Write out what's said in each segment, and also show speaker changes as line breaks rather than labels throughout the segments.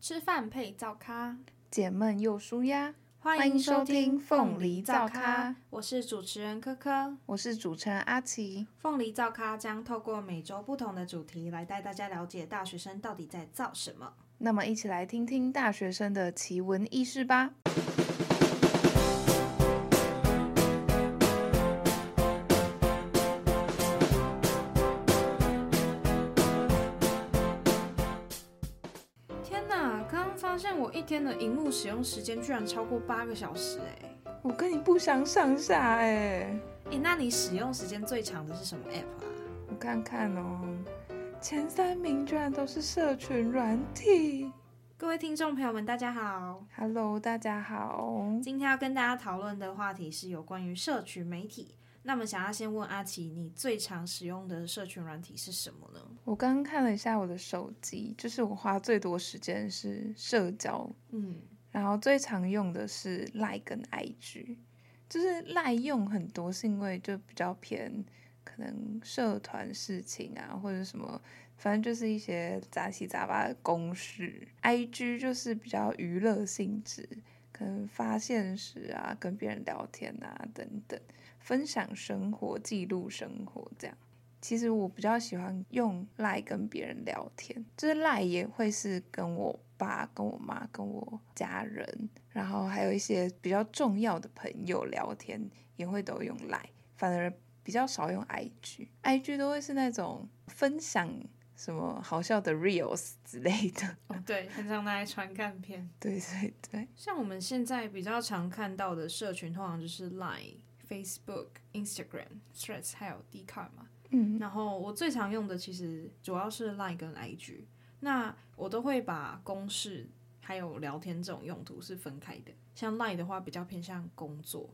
吃饭配灶咖，
解闷又舒压。
欢
迎收听凤梨灶咖
咖，我是主持人科科。
我是主持人阿奇。
凤梨灶咖将透过每周不同的主题来带大家了解大学生到底在造什么。
那么，一起来听听大学生的奇闻异事吧。
天哪，刚刚发现我一天的荧幕使用时间居然超过八个小时哎、
我跟你不相上下哎、
诶，那你使用时间最长的是什么 app 啊？
我看看哦，前三名居然都是社群软体。
各位听众朋友们，大家好。
Hello，大家好。
今天要跟大家讨论的话题是有关于社群媒体。那么，想要先问阿奇，你最常使用的社群软体是什么呢？
我刚刚看了一下我的手机，就是我花最多时间是社交
嗯，
然后最常用的是赖跟 IG，就是赖用很多是因为就比较偏可能社团事情啊，或者什么，反正就是一些杂七杂八的公事。IG 就是比较娱乐性质，可能发现时啊，跟别人聊天啊等等，分享生活、记录生活这样。其实我比较喜欢用赖跟别人聊天，就是赖也会是跟我爸、跟我妈、跟我家人，然后还有一些比较重要的朋友聊天，也会都用赖，反而比较少用 IG。IG 都会是那种分享什么好笑的 reels 之类的。
哦， 对，很常拿来传看片。
对对对，
像我们现在比较常看到的社群，通常就是 Line、Facebook、Instagram、Threads 还有 d c a r 嘛。
嗯，
然后我最常用的其实主要是 Line 跟 IG。那我都会把公式还有聊天这种用途是分开的。像 Line 的话比较偏向工作，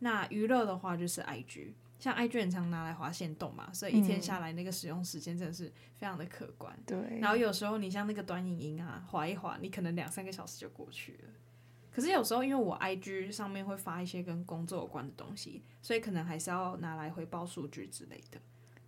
那娱乐的话就是 IG。像 IG 很常拿来划线动嘛，所以一天下来那个使用时间真的是非常的可观。
对
然，后有时候你像那个短影音啊，划一划，你可能两三个小时就过去了。可是有时候因为我 IG 上面会发一些跟工作有关的东西，所以可能还是要拿来回报数据之类的。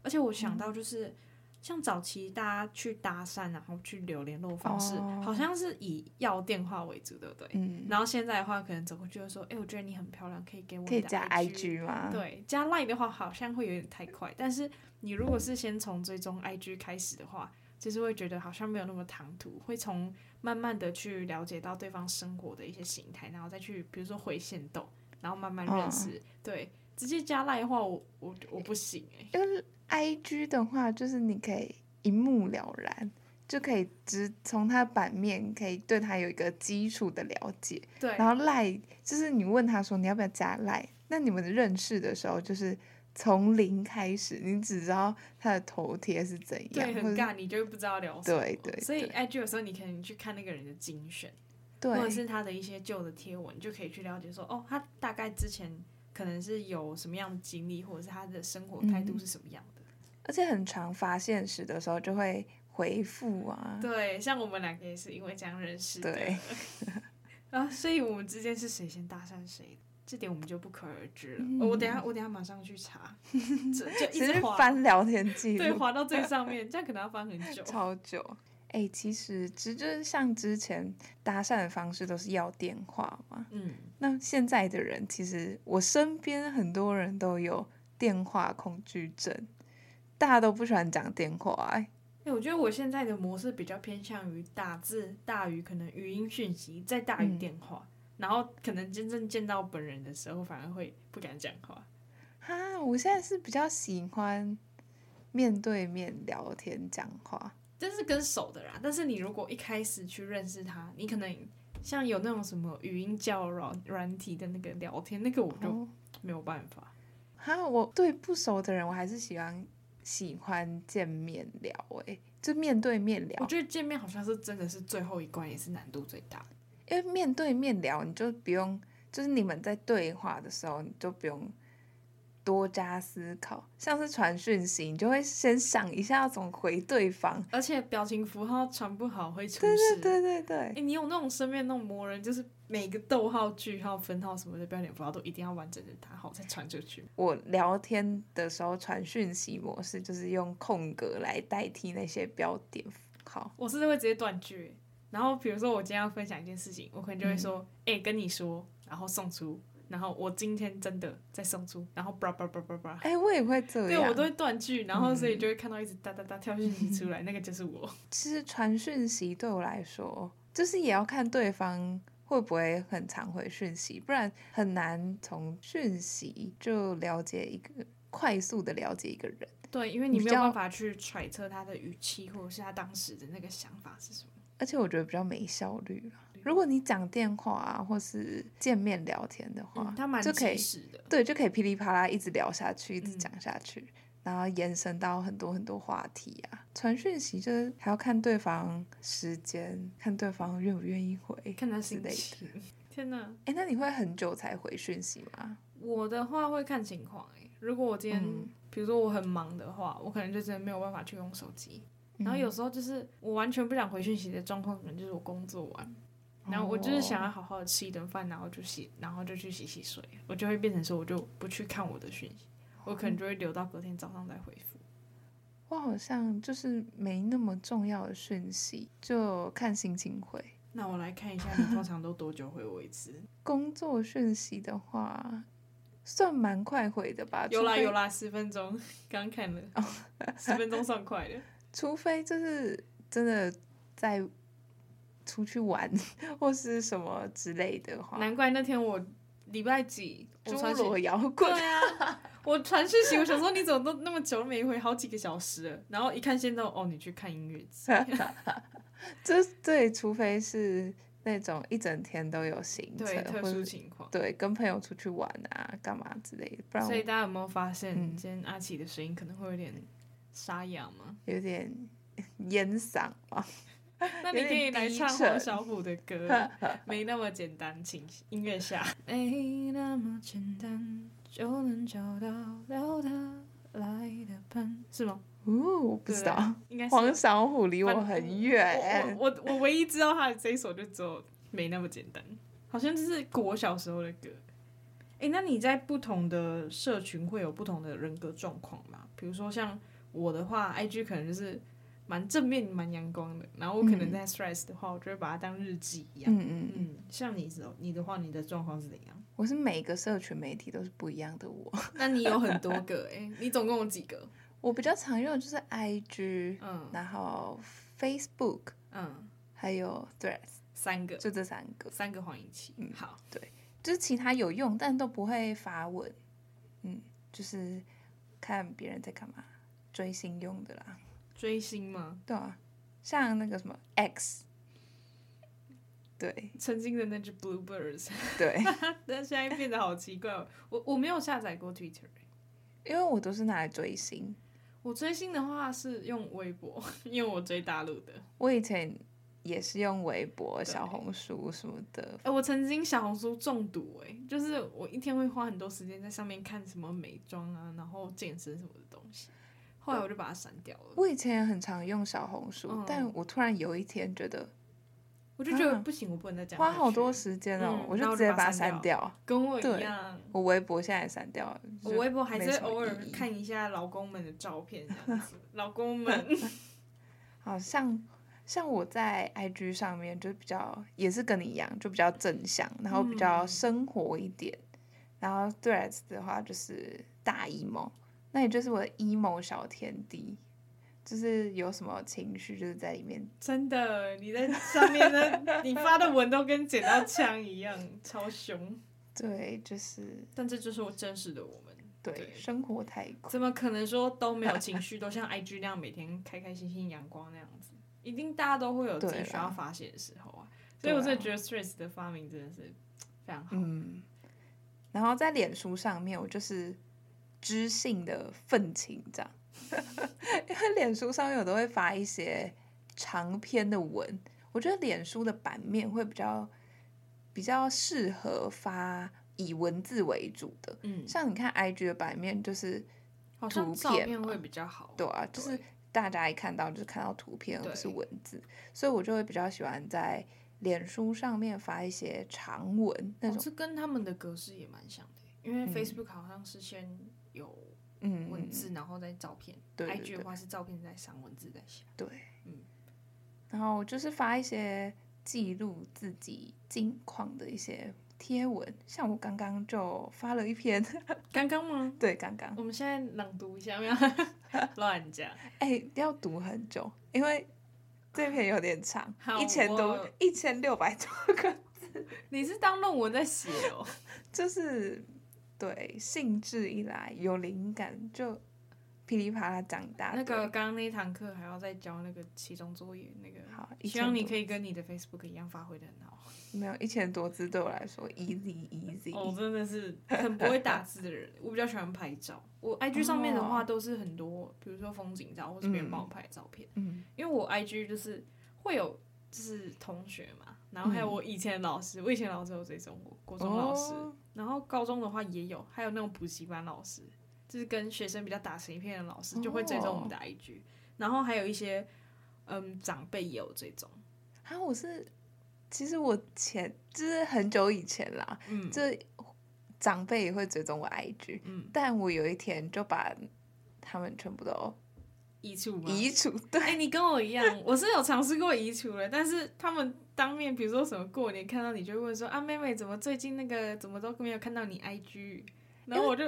而且我
嗯
想到就是，像早期大家去搭讪，然后去留联络方式，
哦
好像是以要电话为主，对不对？
嗯，
然后现在的话，可能走过去就说：“哎、我觉得你很漂亮，可以给我你
可以
的
加 IG 吗？，
对，加 Line 的话好像会有点太快，但是你如果是先从追踪 IG 开始的话，就是会觉得好像没有那么唐突，会从慢慢的去了解到对方生活的一些形态，然后再去比如说回线动，然后慢慢认
哦
识。对，直接加 Line 的话，我我我不行哎、
因为 IG 的话，就是你可以一目了然，就可以只从它版面可以对它有一个基础的了解。
对
然后赖就是你问他说你要不要加赖，那你们认识的时候就是从零开始，你只知道他的头贴是怎样，
对，
或
很
者
尬，你就不知道聊什么。
对对
所以
对
IG 有时候你可能去看那个人的精选。或者
对
是他的一些旧的贴文，你就可以去了解说，哦，他大概之前可能是有什么样的经历，或者是他的生活态
嗯
度是什么样的。
而且很常发现时的时候就会回复啊，
对，像我们两个也是因为这样认识的。
对。
然后，所以我们之间是谁先搭讪谁，这点我们就不可而知了。哦
嗯
我等一下，我等一下马上去查，这就一
只
直
是
滑，
翻聊天记
对，
录
滑到最上面，这样可能要翻很久。
超久。哎、其实其实就是像之前搭讪的方式都是要电话嘛，
嗯，
那现在的人，其实我身边很多人都有电话恐惧症，大家都不喜欢讲电话、哎
哎、我觉得我现在的模式比较偏向于打字大于可能语音讯息，再大于
嗯
电话，然后可能真正见到本人的时候，反而会不敢讲话。
哈，我现在是比较喜欢面对面聊天讲话，
这是跟熟的啦，但是你如果一开始去认识他，你可能像有那种什么语音叫软软体的那个聊天，那个我就
哦，
没有办法。
哈，我对不熟的人，我还是喜欢喜欢见面聊、哎，就面对面
我
聊，
觉得见面好像是真的是最后一关，也是难度最大的。
因为面对面聊，你就不用，就是你们在对话的时候，你就不用多加思考。像是传讯息，你就会先想一下要怎么回对方。
而且表情符号传不好会出
对
事。
对对
哎、
对
你有那种身边那种魔人，就是每个逗号、句号、分号什么的标点符号都一定要完整的打好再传出去。
我聊天的时候传讯息模式就是用空格来代替那些标点符号。
啊我是会直接断句，欸然后比如说我今天要分享一件事情，我可能
嗯
就会说，哎、跟你说，然后送出，然后我今天真的在送出，然后叭叭叭叭叭。
哎、我也会这样。
对，我都会断句，然后
嗯
所以就会看到一直哒哒哒跳讯息出来，那个就是 我。
其实传讯息对我来说，就是也要看对方会不会很常回讯息，不然很难从讯息就了解一个快速的了解一个人，
对，因为你
比
没有
较
办法去揣测他的语气，或者是他当时的那个想法是什么。
而且我觉得比较没效率啦如果你讲电话啊，或是见面聊天的话，
嗯，他蛮
就可
及
以
时的。
对，就可以噼里啪啦一直聊下去，一直
嗯
讲下去，然后延伸到很多很多话题啊。传讯息就是还要看对方时间，看对方愿不愿意回，
看他
之
心
类
情
的。
天哪，
哎，那你会很久才回讯息吗？
我的话会看情况诶、如果我今天，
嗯
比如说我很忙的话，我可能就真的没有办法去用手机。然后有时候就是我完全不想回讯息的状况，可能就是我工作完，
嗯，
然后我就是想
哦
要好好的吃一顿饭，然后就洗，然后就去洗洗睡，我就会变成说我就不去看我的讯息，我可能就会留到隔天早上再回复。
我好像就是没那么重要的讯息，就看心情回。
那我来看一下，你通常都多久回我一次？
工作讯息的话，算蛮快回的吧，
有啦
除非
有啦，十分钟，刚看了，十分钟算快 的。
除非就是真的在出去玩或是什么之类的话，
难怪那天我礼拜几我传
侏
讯
罗 摇滚
对啊，我传讯息，我想说你怎么都那么久都没回，好几个小时了。然后一看现在，哦，你去看音乐节，
这对，除非是那种一整天都有行程
对，，特
或
殊
是
情况。
对跟朋友出去玩啊，干嘛之类的，不然
所以
我
大家有没有发现，
嗯
今天阿奇的声音可能会有点沙哑吗？
有点烟嗓嘛。
那你可以来唱
有点低沉
黄小琥的歌，没那么简单，请音乐下。 没那么简单，就能找到聊得来的伴，是吗？
哦，我不知
对
道，
应该是
黄小琥离我很
我
远。
我我我唯一知道他的这一首就只有没那么简单，好像就是我小时候的歌。哎、那你在不同的社群会有不同的人格状况吗？比如说像我的话，IG 可能就是蛮正面、蛮阳光的，然后我可能
嗯
在 stress 的话，我就会把它当日记一样。
嗯嗯嗯，
嗯，像你的你的话，你的状况是怎样？
我是每个社群媒体都是不一样的我。
那你有很多个哎、你总共有几个？
我比较常用的就是 IG，
嗯
然后 Facebook，
嗯，
还有 Threads，
三个，
就这三个，
三个黄一期。
嗯
好，
就是其他有用但都不会发文。嗯，就是看别人在干嘛，追星用的啦。
追星吗？
对啊，像那个什么 X，对
曾经的那只 Bluebirds。
对，
但现在变得好奇怪哦，我我没有下载过 Twitter 欸、
因为我都是拿来追星。
我追星的话是用微博， 因为我追大陆的。
我以前也是用微博、
对
小红书什么的
哎、。我曾经小红书中毒哎、就是我一天会花很多时间在上面看什么美妆啊，然后健身什么的东西。后来我就把它删掉了，
我以前也很常用小红书，
嗯
但我突然有一天觉得
我就觉得
啊
不行，我不能再讲。
花好多，时间哦、
嗯
我
然
就
后就
直接
把它
把它
删
删掉。
跟我
对
一样。
我微博现在也删掉了，
我
就
微博还
没
是
什么
偶尔
意义
看一下老公们的照片，这样子。老公们，
好像像我在 IG 上面就比较也是跟你一样，就比较正向，然后比较
嗯
生活一点。然后 Threads 的话就是大 emo，那也就是我的 emo 小天地，就是有什么情绪就是在里面。
真的，你在上面 呢，你发的文都跟捡到枪一样，超凶。
对，就是
但这就是我真实的我们，
对
对
生活太苦。
怎么可能说都没有情绪，都 像 IG 那样每天开开心心、阳光那样子？一定大家都会有自己
对啦
需要发泄的时候啊。所
对
以
啊
我真的觉得 Stress 的发明真的是非常好。
嗯，然后在脸书上面，我就是知性的愤青这样， 因为脸书上面我都会发一些长篇的文，我觉得脸书的版面会比较比较适合发以文字为主的，
嗯，
像你看 IG 的版面就是
好像
图
照
片
片
嘛
会比较好。
对啊，就是
对
大家一看到就是看到图片而
对
不是文字，所以我就会比较喜欢在脸书上面发一些长文那
哦，
种，
这跟他们的格式也蛮像的，因为 Facebook 好像是先有
嗯，
文字，然后再照片。
对对
IG
对
的话是照片在上，文字在下。
对，
嗯
然后就是发一些记录自己近况的一些贴文，像我刚刚就发了一篇，
刚刚吗？
对，刚刚
我们现在朗读一下， 没有乱讲。
哎、要读很久，因为这篇有点长
好，哦
一千多
我，
一千六百多 个，
你是当论文在写 哦？
就是对兴致一来有灵感就噼里啪啦长大。
那个刚刚那一堂课还要再交那个期中作业，那个
好，一
希
千
望你
多
可以跟你的 Facebook 一样发挥的很好。
没有一千多字对我来说 easy easy，、
我、哦真的是很不会打字的人， 我比较喜欢拍照。我 IG 上面的话都是很多，比如说风景照或是别人帮我拍的照片，
嗯，
因为我 IG 就是会有就是同学嘛，然后还
嗯
有我以前的老师，我以前的老师有追踪我，国中老师，
哦
然后高中的话也有，还有那种补习班老师，就是跟学生比较打成一片的老师，就会追踪我们
哦
的 IG，、然后还有一些嗯长辈也有追踪，
啊，我是，其实我前就是很久以前啦，
嗯，
这长辈也会追踪我 IG，
嗯
但我有一天就把他们全部都
移除吗？
移除，对，
哎、你跟我一样，我是有尝试过移除了，但是他们当面，比如说什么过年看到你，就会问说啊，妹妹怎么最近那个怎么都没有看到你 IG，然后我就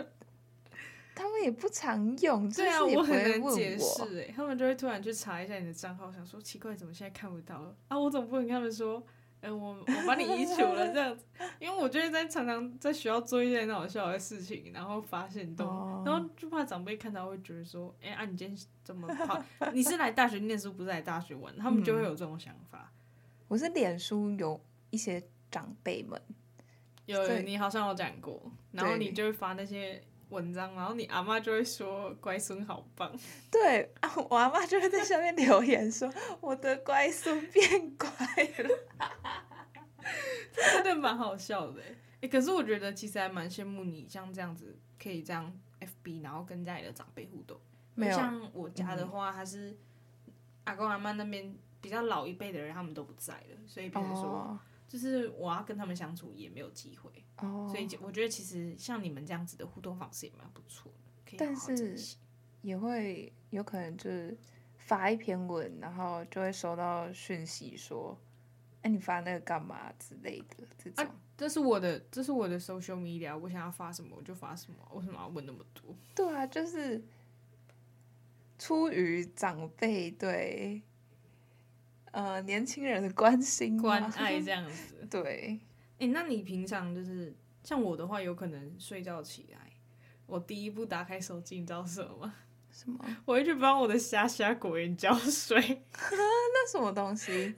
他们也不常用，
对啊，
就是也
我
不
很
会
难
问
解
我，
释哎，他们就会突然去查一下你的账号，想说奇怪，怎么现在看不到了啊？我总不能跟他们说，嗯、我我把你移除了这样子，因为我就会在常常在学校做一些很好笑的事情，然后发现都，
哦
然后就怕长辈看到会觉得说，哎、啊，你今天怎么跑？ 你是来大学念书，不是来大学玩？他们
嗯
就会有这种想法。
我是脸书有一些长辈们，
有
对
你好像有讲过，然后
对
你就会发那些文章，然后你阿妈就会说乖孙好棒。
对啊，我阿妈就会在下面留言说我的乖孙变乖了，
真的蛮好笑的欸、欸可是我觉得其实还蛮羡慕你，像这样子可以这样 FB，然后跟家里的长辈互动。
没有
像我家的话，他是阿公阿妈那边比较老一辈的人，他们都不在了，所以比如说，
哦
就是我要跟他们相处也没有机会。
哦，
所以我觉得其实像你们这样子的互动方式也蛮不错的，可以好
但
好珍惜。
也会有可能就是发一篇文，然后就会收到讯息说，哎、你发那个干嘛之类的这
啊
种。
这是我的，这是我的 social media，我想要发什么我就发什么，为什么要问那么多？
对啊，就是出于长辈对呃年轻人的关心嘛
关爱。这样子。
对，
哎、那你平常就是像我的话，有可能睡觉起来，我第一步打开手机，你知道是什么吗？
什么？
我会去帮我的虾虾果园浇水。
那什么 东西？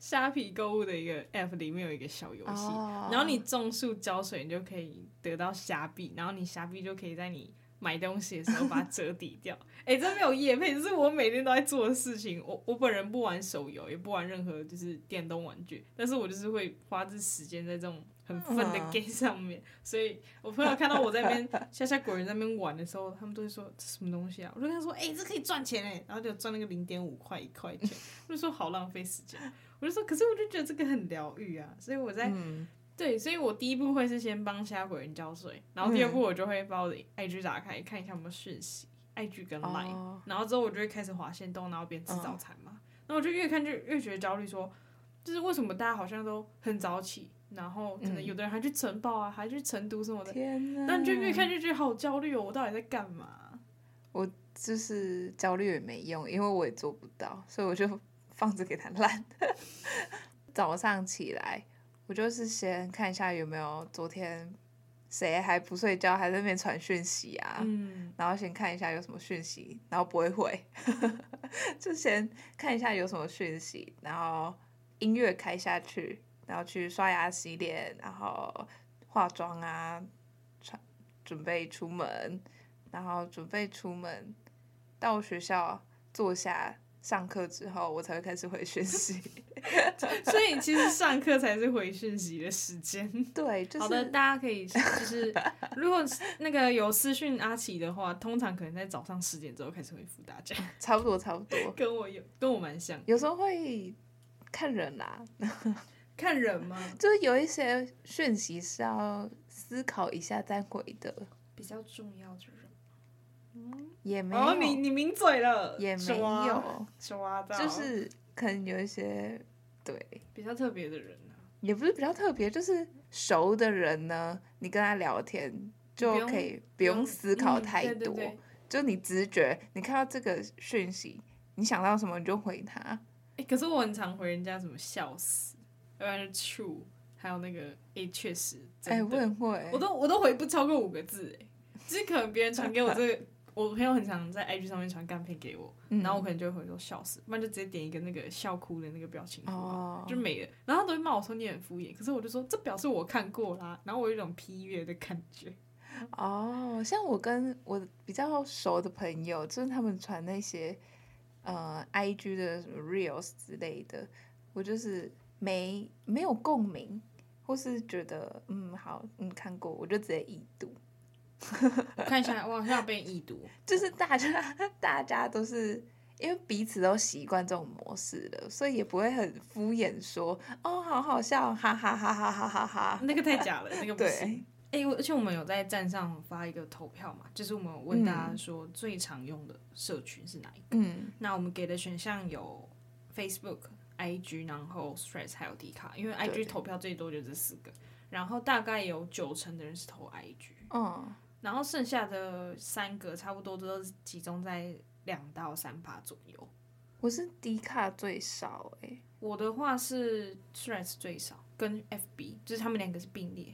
虾皮购物的一个 app 里面有一个小游戏，
哦
然后你种树浇水，你就可以得到虾币，然后你虾币就可以在你买东西的时候把它折抵掉。 哎、这没有业配，这是我每天都在做的事情。我我本人不玩手游，也不玩任何就是电动玩具，但是我就是会花这时间在这种很笨的
嗯
game 上面。所以我朋友看到我在那边下下果园在那边玩的时候，他们都会说这什么东西啊？我就跟他说，哎、这可以赚钱哎、然后就赚那个零点五块一块钱，我就说好浪费时间。我就说，可是我就觉得这个很疗愈啊，所以我在
嗯，
对，所以我第一步会是先帮虾鬼人浇水，然后第二
嗯
步我就会把我的 IG 打开看一下有没有讯息，IG 跟 Line，、
哦，嗯
然后之后我就会开始划线动，然后边吃早餐嘛，然后我就越看就越觉得焦虑说，就是为什么大家好像都很早起，然后可能
嗯
有的人还去晨报啊，还去晨读什么的，
天哪！啊
但就越看就觉得好焦虑哦，我到底在干嘛？
就是焦虑也没用，因为我也做不到，所以我就放着给它烂。 早上起来，我就是先看一下有没有昨天谁还不睡觉，还在那边传讯息啊，
嗯，
然后先看一下有什么讯息，然后不会回， 就先看一下有什么讯息，然后音乐开下去，然后去刷牙、洗脸，然后化妆啊，穿准备出门，然后准备出门到学校坐下上课之后，我才会开始回讯息。
所以其实上课才是回讯息的时间。
对，就
好的，
是
大家可以 就是，如果那个有私讯阿奇的话，通常可能在早上十点之后开始回复大家，
差不多，差不多。
跟我有跟我蛮像。
有时候会看人啊啦、
看人吗？
就是有一些讯息是要思考一下再回的，
比较重要的人。
也没有，
哦，你你抿嘴了，
也没
抓
有，
抓到，
就是可能有一些对，
比较特别的人啊，
也不是比较特别，就是熟的人呢，你跟他聊天就可以不用思考太
嗯对
多，
对对
就你直觉，你看到这个讯息，你想到什么你就回他。
哎、可是我很常回人家什么笑死，要不然就 true，还有那个哎、诶确实，
哎、
真
我
的
很会，
我都我都回不超过五个字、哎，就是可能别人传给我这个， 我朋友很常在 IG 上面传干片给我，
嗯
然后我可能就会回说笑死，不然就直接点一个那个笑哭的那个表情符号。
哦，
就没了，然后他都会骂我说你很敷衍，可是我就说这表示我看过啦，然后我有一种批阅的感觉。
哦，像我跟我比较熟的朋友，就是他们传那些呃 IG 的什么 reels 之类的，我就是没没有共鸣，或是觉得嗯好嗯看过，我就直接已读。
我看一下，我好像有被你已 读，
就是大家大家都是因为彼此都习惯这种模式了，所以也不会很敷衍说哦好好笑，哈哈哈哈哈哈哈。
那个太假了，那个不行。
对，
哎、我而且我们有在站上发一个投票嘛，就是我们有问大家说最常用的社群是哪一个？
嗯
那我们给的选项有 Facebook、IG，然后 Stress 还有 D 卡，因为
对
IG 投票最多就这四个，然后大概有九成的人是投 IG，
嗯
然后剩下的三个差不多都是集中在两到三趴左右。
我是低卡最少哎、欸
我的话是 Stress 最少，跟 FB 就是他们两个是并列，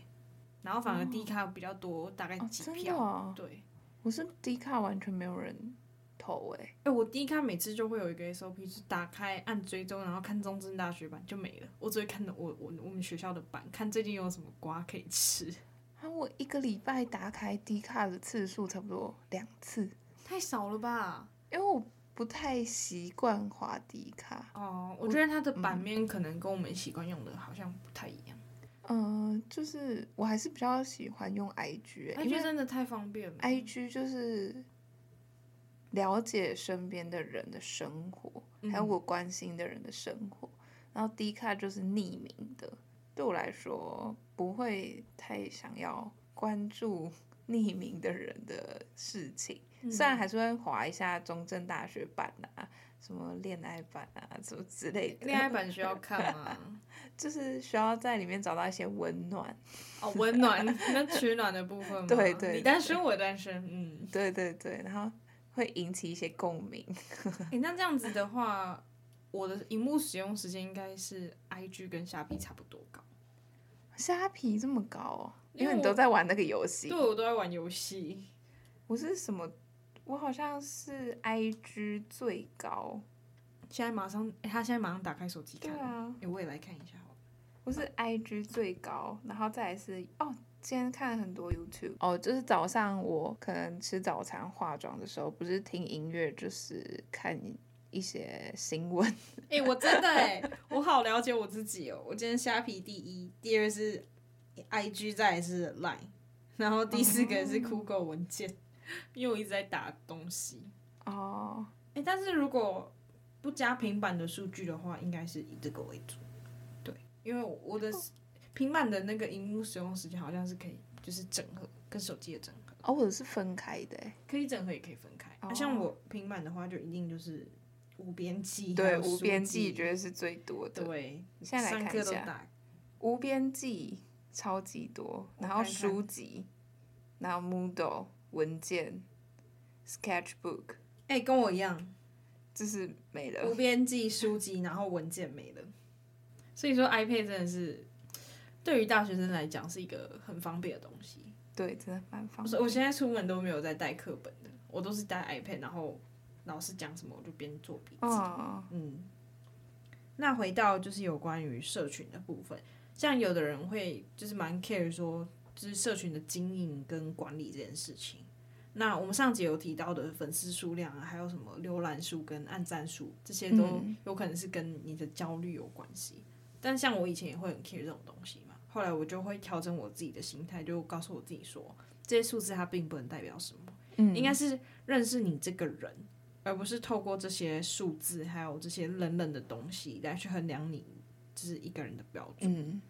然后反而 D 卡比较多，大概
哦，
几
真的、
票。
哦，
对，
我是低卡完全没有人投哎、
哎、我第一看每次就会有一个 SOP，就是打开按追踪，然后看中正大学版就没了。我只会看我我我们学校的版，看最近有什么瓜可以吃。
啊，我一个礼拜打开低卡的次数差不多两次，
太少了吧？
因为我不太习惯滑低卡。
哦，我觉得它的版面可能跟我们习惯用的好像不太一样。
嗯，就是我还是比较喜欢用 IG，、欸、
IG
因为
真的太方便了。
IG 就是了解身边的人的生活，还有
嗯
我关心的人的生活。然后 D 卡就是匿名的，对我来说不会太想要关注 匿名的人的事情。
嗯
虽然还是会划一下中正大学版啊，什么恋爱版啊，什么之类的，
恋爱版需要看吗？
就是需要在里面找到一些温暖。
哦，温暖，那取暖的部分吗？
对对
你单身我单身， 嗯。
对对对，然后会引起一些共鸣。
哎、那这样子的话，我的荧幕使用时间应该是 IG 跟虾皮差不多高。
虾皮这么高哦，因
因
为
为
你都
我
在玩那个游戏
对，。我都在玩游戏。
我是什么？我好像是 IG 最高，
现在马上，诶他现在马上打开手机
对
看。哎、
啊，
我也来看一下好了。
我是 IG 最高，然后再来是哦，今天看了很多 YouTube 哦，就是早上我可能吃早餐化妆的时候，不是听音乐就是看一些新闻，
哎、我真的哎、我好了解我自己哦。我今天虾皮第一，第二是 IG，再来是 Line，然后第四个是 Google 文件，因为我一直在打东西。
哦，
哎、但是如果不加平板的数据的话，应该是以这个为主。对，因为我的
哦
平板的那个荧幕使用时间好像是可以，就是整合跟手机的整合。
哦，我是分开的欸，
可以整合也可以分开。
哦
那像我平板的话，就一定就是无边际，还
对，
有
无
书
边
记
际绝对是最多的。
对，
现在来
上
看一
课都
下，
打。
无边际超级多，
我
然后
看看
书籍，然后 Moodle 文件，Sketchbook
哎、跟我一样，
就是没
无
了。
边际书籍，然后文件没了。所以说，iPad 真的是对于大学生来讲是一个很方便的东西。
对，真的蛮
我
方便。
说我现在出门都没有在带课本的，我都是带 iPad，然后老师讲什么我就边做笔记。
哦，
嗯，那回到就是有关于社群的部分，像有的人会就是蛮 care 说，就是社群的经营跟管理这件事情。那我们上集有提到的粉丝数量啊，还有什么浏览数跟按赞数，这些都
嗯
有可能是跟你的焦虑有关系。但像我以前也会很 care 这种东西嘛，后来我就会调整我自己的心态，就告诉我自己说，这些数字它并不能代表什么。
嗯，
应该是认识你这个人，而不是透过这些数字还有这些冷冷的嗯东西来去衡量你就是一个人的标准。
嗯，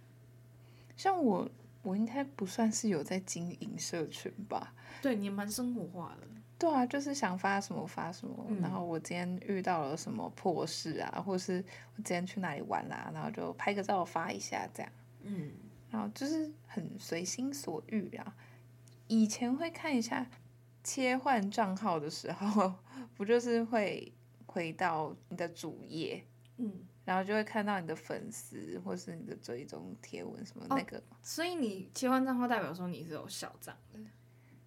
像我我应该不算是有在经营社群吧？
对你蛮生活化的，
对啊，就是想发什么发什么。
嗯
然后我今天遇到了什么破事啊，或是我今天去哪里玩啦、啊然后就拍个照发一下这样。
嗯，
然后就是很随心所欲啊。以前会看一下切换账号的时候， 不就是会回到你的主页，
嗯，
然后就会看到你的粉丝或是你的追踪贴文什么
哦
那个。
所以你切换账号代表说你是有小账的，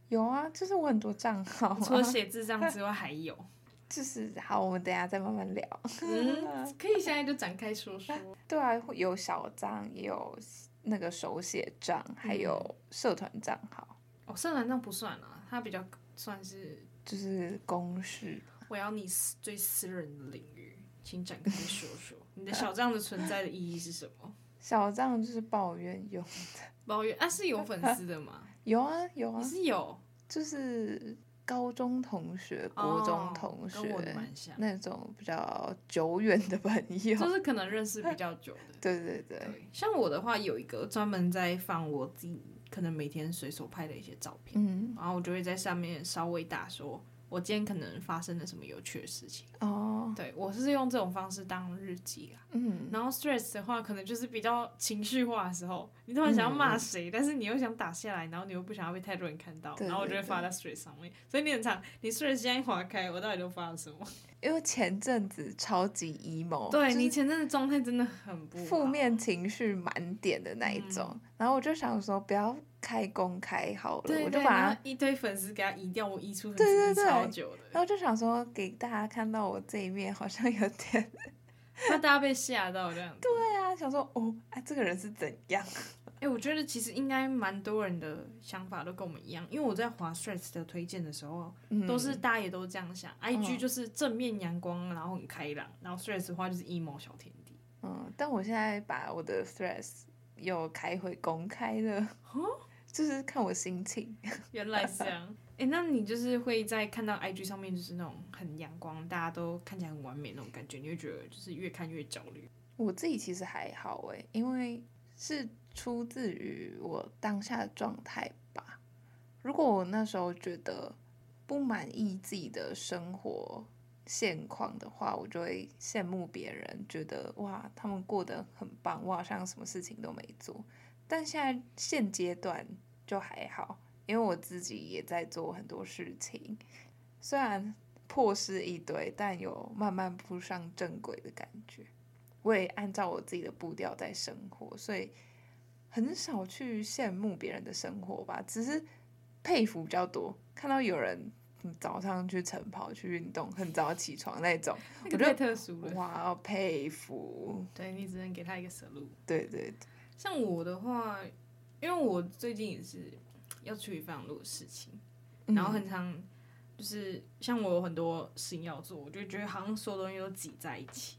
有啊，就是我很多账号、啊，
除了写字账之外还有，
就是好，我们等一下再慢慢聊。
嗯，可以现在就展开说说，
对啊，会有小账，也有那个手写账，还有
嗯
社团账号，
哦，社团账不算啊，它比较算是
就是公式。
我要你私最私人的领域，请展开说说你的小账的存在的意义是什 么？
小账就是抱怨用的，
抱怨啊，是有粉丝的吗？
有啊有啊
你，是有，
就是高中同学、国中同
哦、跟
学、
我的蛮像，
那种比较久远的朋友。
就是可能认识比较久的。
对对 对，
对，像我的话，有一个专门在放我自己可能每天随手拍的一些照片，
嗯
然后我就会在上面稍微打说，我今天可能发生了什么有趣的事情。
哦
对我是用这种方式当日记啊。
嗯，
然后 stress 的话，可能就是比较情绪化的时候，你突然想要骂谁，但是你又想打下来，然后你又不想要被太多人看到，
嗯对
然后我就
对
会发
对
在 stress 上面。所以你很常，你 stress 现在一划开，我到底都发了什么？
因为前阵子超级 emo，
对
就是
你前阵的状态真的嗯很不好
负面情绪满点的那一种，然后我就想说不要开公开好了，
对
我
对，
就把它
然后，一堆粉丝给他移掉，我移出粉
对对
丝移
对
超久的，
然后就想说给大家看到我这一面好像有点，
怕大家被吓到这样子。
对啊，想说哦，啊这个人是怎样？
哎、我觉得其实应该蛮多人的想法都跟我们一样，因为我在滑 Stress 的推荐的时候，
嗯
都是大家也都这样想。IG
嗯
就是正面阳光，然后很开朗，然后 Stress 的话就是 emo 小天地。
嗯，但我现在把我的 Threads 又开回公开了，
哦
就是看我心情。
原来是这 样。哎、那你就是会在看到 IG 上面就是那种很阳光，大家都看起来很完美那种感觉，你会觉得就是越看越焦虑。
我自己其实还好诶、因为是出自于我当下的状态吧。如果我那时候觉得不满意自己的生活现况的话，我就会羡慕别人，觉得哇，他们过得很棒，我好像什么事情都没做。但现在现阶段就还好，因为我自己也在做很多事情，虽然破事一堆，但有慢慢步上正轨的感觉。我也按照我自己的步调在生活，所以很少去羡慕别人的生活吧，只是佩服比较多。看到有人嗯早上去晨跑、去运动，很早起床那种，
那
我
个
觉
太
得
特殊了，
哇，佩服！
对你只能给他一个 salute。
对对对，
像我的话，因为我最近也是要处理非常多的事情，
嗯
然后很常就是像我有很多事情要做，我就觉得好像所有东西都挤在一起，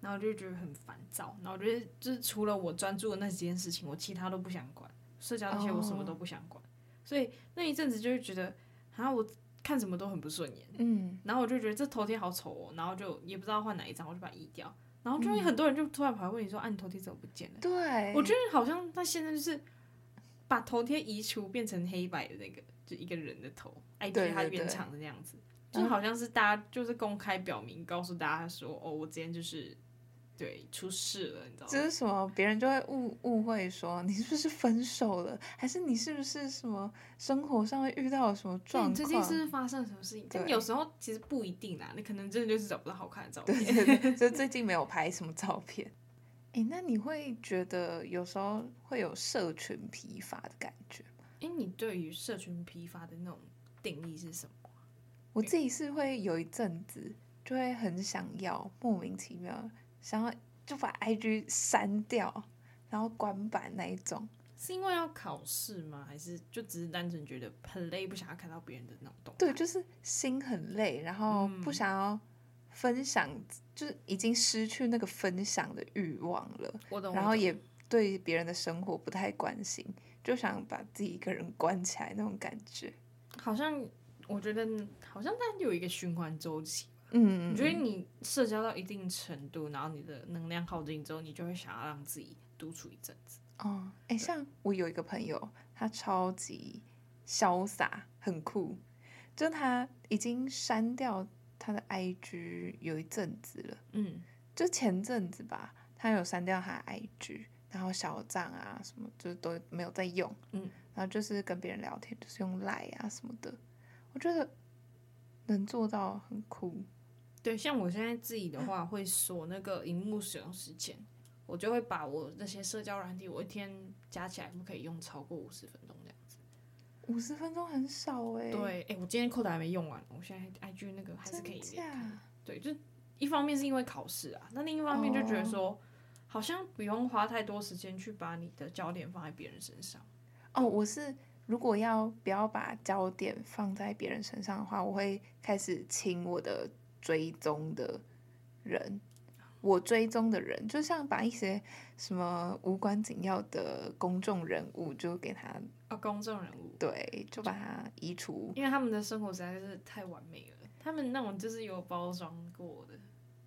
然后就觉得很烦躁，然后我觉得就是除了我专注的那几件事情，我其他都不想管，社交那些我什么都不想管，所以那一阵子就会觉得，啊，我看什么都很不顺眼。
嗯，
然后我就觉得这头贴好丑哦，然后就也不知道换哪一张，我就把它移掉。然后就
嗯
会很多人就突然跑来问你说：“啊，你头贴怎么不见了？”
对，
我觉得好像他现在就是把头贴移除变成黑白的那个，就一个人的头，IG
对
它
对对嗯
原厂的那样子，就好像是大家就是公开表明告诉大家说，哦，我今天就是对出事了，你知道
就
吗？嗯
是什么，别人就会误误会说你是不是分手了，还是你是不是什么生活上会遇到了什么
那
状
你
况？
最近是不是发生了什么事情？但
对
有时候其实不一定啊啦，你可能真的就是找不到好看的照
对
片。
对对，就最近没有拍什么照片。诶，那你会觉得有时候会有社群疲乏的感觉？
哎，你对于社群批发的那种定义是什么？
我自己是会有一阵子就会很想要莫名其妙想要就把 IG 删掉，然后关版那一种。
是因为要考试吗？还是就只是单纯觉得很累，不想要看到别人的那种动态？
对，就是心很累，然后不想要分享，就是已经失去那个分享的欲望了，
我懂。
然
我
后
懂
也对别人的生活不太关心，就想把自己一个人关起来那种感觉。
好像我觉得好像它有一个循环周期。
嗯，
我觉得你社交到一定程度，然后你的能量耗尽之后，你就会想要让自己独处一阵子。
哦，哎，像我有一个朋友，他超级潇洒，很酷，就他已经删掉他的 IG 有一阵子了，
嗯，
就前阵子吧，他有删掉他的 IG，然后小账啊什么，就是都没有在用，
嗯，
然后就是跟别人聊天，就是用赖啊什么的，我觉得能做到很酷，
对，像我现在自己的话，会锁那个荧幕使用时间，我就会把我那些社交软体，我一天加起来不可以用超过五十分钟这样。
五十分钟很少哎、
对，哎、我今天扣的还没用完，我现在 IG 那个还是可以
真
连看。
假？
对，就一方面是因为考试啊，那另一方面就觉得说，好像不用花太多时间去把你的焦点放在别人身上。
哦，我是如果要不要把焦点放在别人身上的话，我会开始清我的追踪的人，我追踪的人，就像把一些什么无关紧要的公众人物，就给他
啊，公众人物，
对，就把他移除。
因为他们的生活实在是太完美了，他们那种就是有包装过的。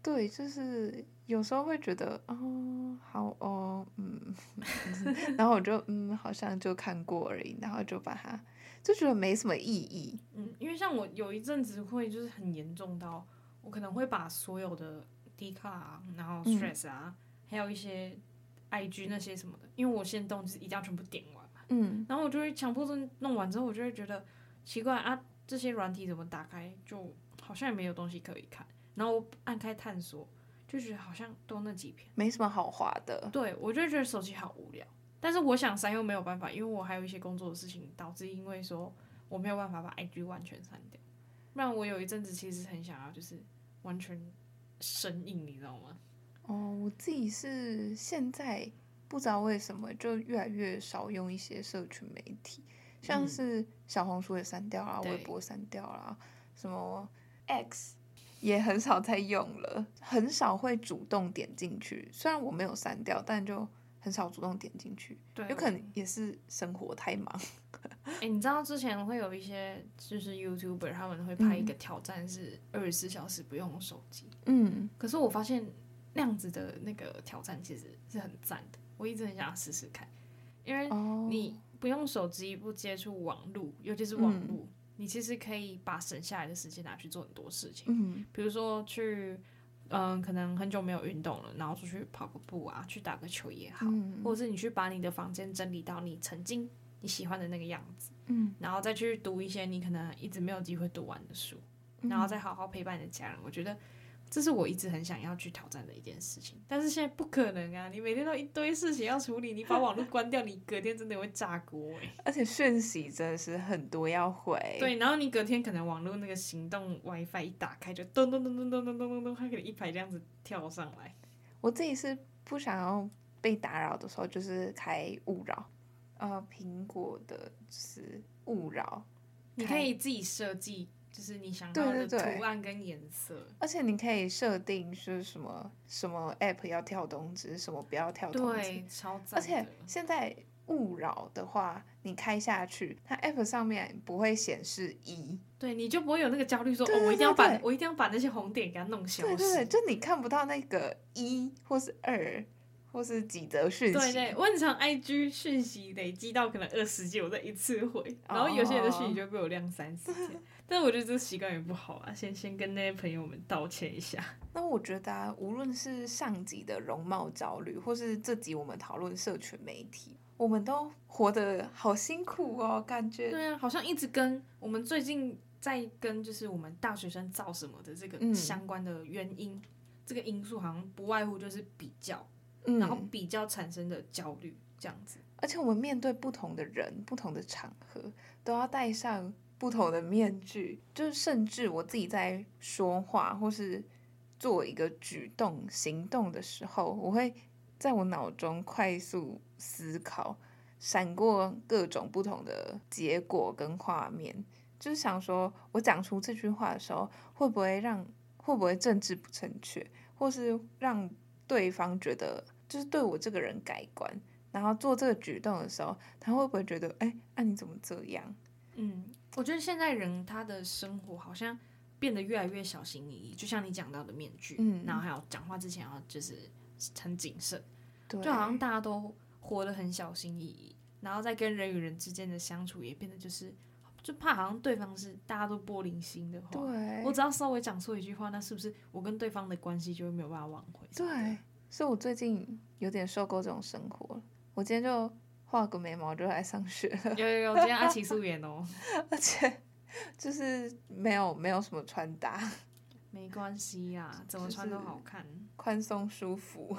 对，就是有时候会觉得哦，好哦，嗯， 然后我就嗯，好像就看过而已，然后就把它就觉得没什么意义。
嗯，因为像我有一阵子会就是很严重到，我可能会把所有的 D 卡啊，然后
嗯
Stress 啊，还有一些 IG 那些什么的，因为我先动就是一定要全部点完嘛，
嗯，
然后我就会强迫症弄完之后，我就会觉得奇怪啊，这些软体怎么打开就好像也没有东西可以看，然后我按开探索，就觉得好像都那几篇，
没什么好划的。
对我就觉得手机好无聊，但是我想删又没有办法，因为我还有一些工作的事情，导致因为说我没有办法把 IG 完全删掉。不然我有一阵子其实很想要就是完全生硬，你知道吗？
哦，我自己是现在不知道为什么就越来越少用一些社群媒体，像
嗯
是小红书也删掉啦，
对
微博删掉啦，什么 X 也很少再用了，很少会主动点进去。虽然我没有删掉，但就很少主动点进去，
对，
有可能也是生活太忙。
哎、你知道之前会有一些就是 YouTuber 他们会拍一个挑战是二十四小时不用手机，
嗯，
可是我发现那样子的那个挑战其实是很赞的，我一直很想要试试看，因为
哦，嗯
你不用手机，不接触网络，尤其是网络，你其实可以把省下来的时间拿去做很多事情，
嗯
比如说去，嗯，可能很久没有运动了，然后出去跑个步啊，去打个球也好，
嗯
或者是你去把你的房间整理到你曾经你喜欢的那个样子，
嗯，
然后再去读一些你可能一直没有机会读完的书，然后再好好陪伴你的家人，我觉得。这是我一直很想要去挑战的一件事情，但是现在不可能啊！你每天都一堆事情要处理，你把网络关掉，你隔天真的会炸锅哎、
而且讯息真的是很多要回。
对，然后你隔天可能网络那个行动 WiFi 一打开，就咚咚咚咚咚咚咚咚咚，它可能一排这样子跳上来。
我自己是不想要被打扰的时候，就是开勿扰，呃，苹果的就是勿扰，
你
开
可以自己设计，就是你想
对
要
对
的
对
图案跟颜色。
而且你可以设定是什么什么 app 要跳通知，什么不要跳通知，
对，超
而
赞
且
的。
现在勿扰的话，你开下去，它 app 上面不会显示一，
对，你就不会有那个焦虑说，
对
哦，我一定要
对对
把我一定要把那些红点给它弄消
对对对，
失。
就你看不到那个一或是二或是几则讯息，
对对，我很常 IG 讯息累积到可能二十件，我再一次回，然后有些人的
哦
讯息就会被我晾三十天。 但我觉得这个习惯也不好啊，先先跟那些朋友们道歉一下。
那我觉得啊，无论是上集的容貌焦虑，或是这集我们讨论社群媒体，我们都活得好辛苦哦，感觉
对啊，好像一直跟我们最近在跟就是我们大学生造什么的这
嗯
个相关的原因，这个因素好像不外乎就是比较，然后
嗯，
比较产生的焦虑这样子。
而且我们面对不同的人、不同的场合，都要戴上不同的面具，就是甚至我自己在说话或是做一个举动、行动的时候，我会在我脑中快速思考，闪过各种不同的结果跟画面，就是想说我讲出这句话的时候，会不会让会不会政治不正确，或是让对方觉得就是对我这个人改观。然后做这个举动的时候，他会不会觉得，哎，那、你怎么这样？
嗯，我觉得现在人他的生活好像变得越来越小心翼翼，就像你讲到的面具，
嗯
然后还有讲话之前要就是很谨慎，
对，
就好像大家都活得很小心翼翼，然后在跟人与人之间的相处也变得就是就怕好像对方是大家都玻璃心的话，
对，
我只要稍微讲错一句话，那是不是我跟对方的关系就会没有办法挽回？
对，所以我最近有点受够这种生活了。我今天就画个眉毛就来上学了，
有有有，今天阿奇素颜哦，
而且就是没有没有什么穿搭，
没关系呀，怎么穿都好看，
宽松舒服。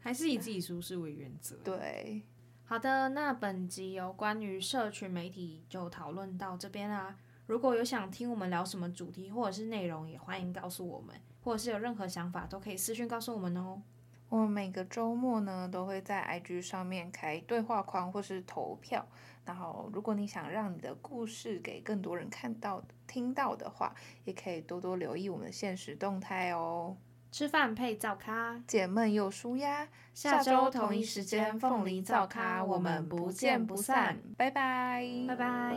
还是以自己舒适为原则。
对，
好的，那本集有关于社群媒体就讨论到这边啦、如果有想听我们聊什么主题或者是内容，也欢迎告诉我们，或者是有任何想法都可以私讯告诉我们哦。
我们每个周末呢都会在 IG 上面开对话框或是投票，然后如果你想让你的故事给更多人看到、听到的话，也可以多多留意我们的现实动态哦。
吃饭配灶咖，
解闷又舒压，
下周同一时间凤梨
造
灶咖我们不见不散，
拜拜，
拜拜。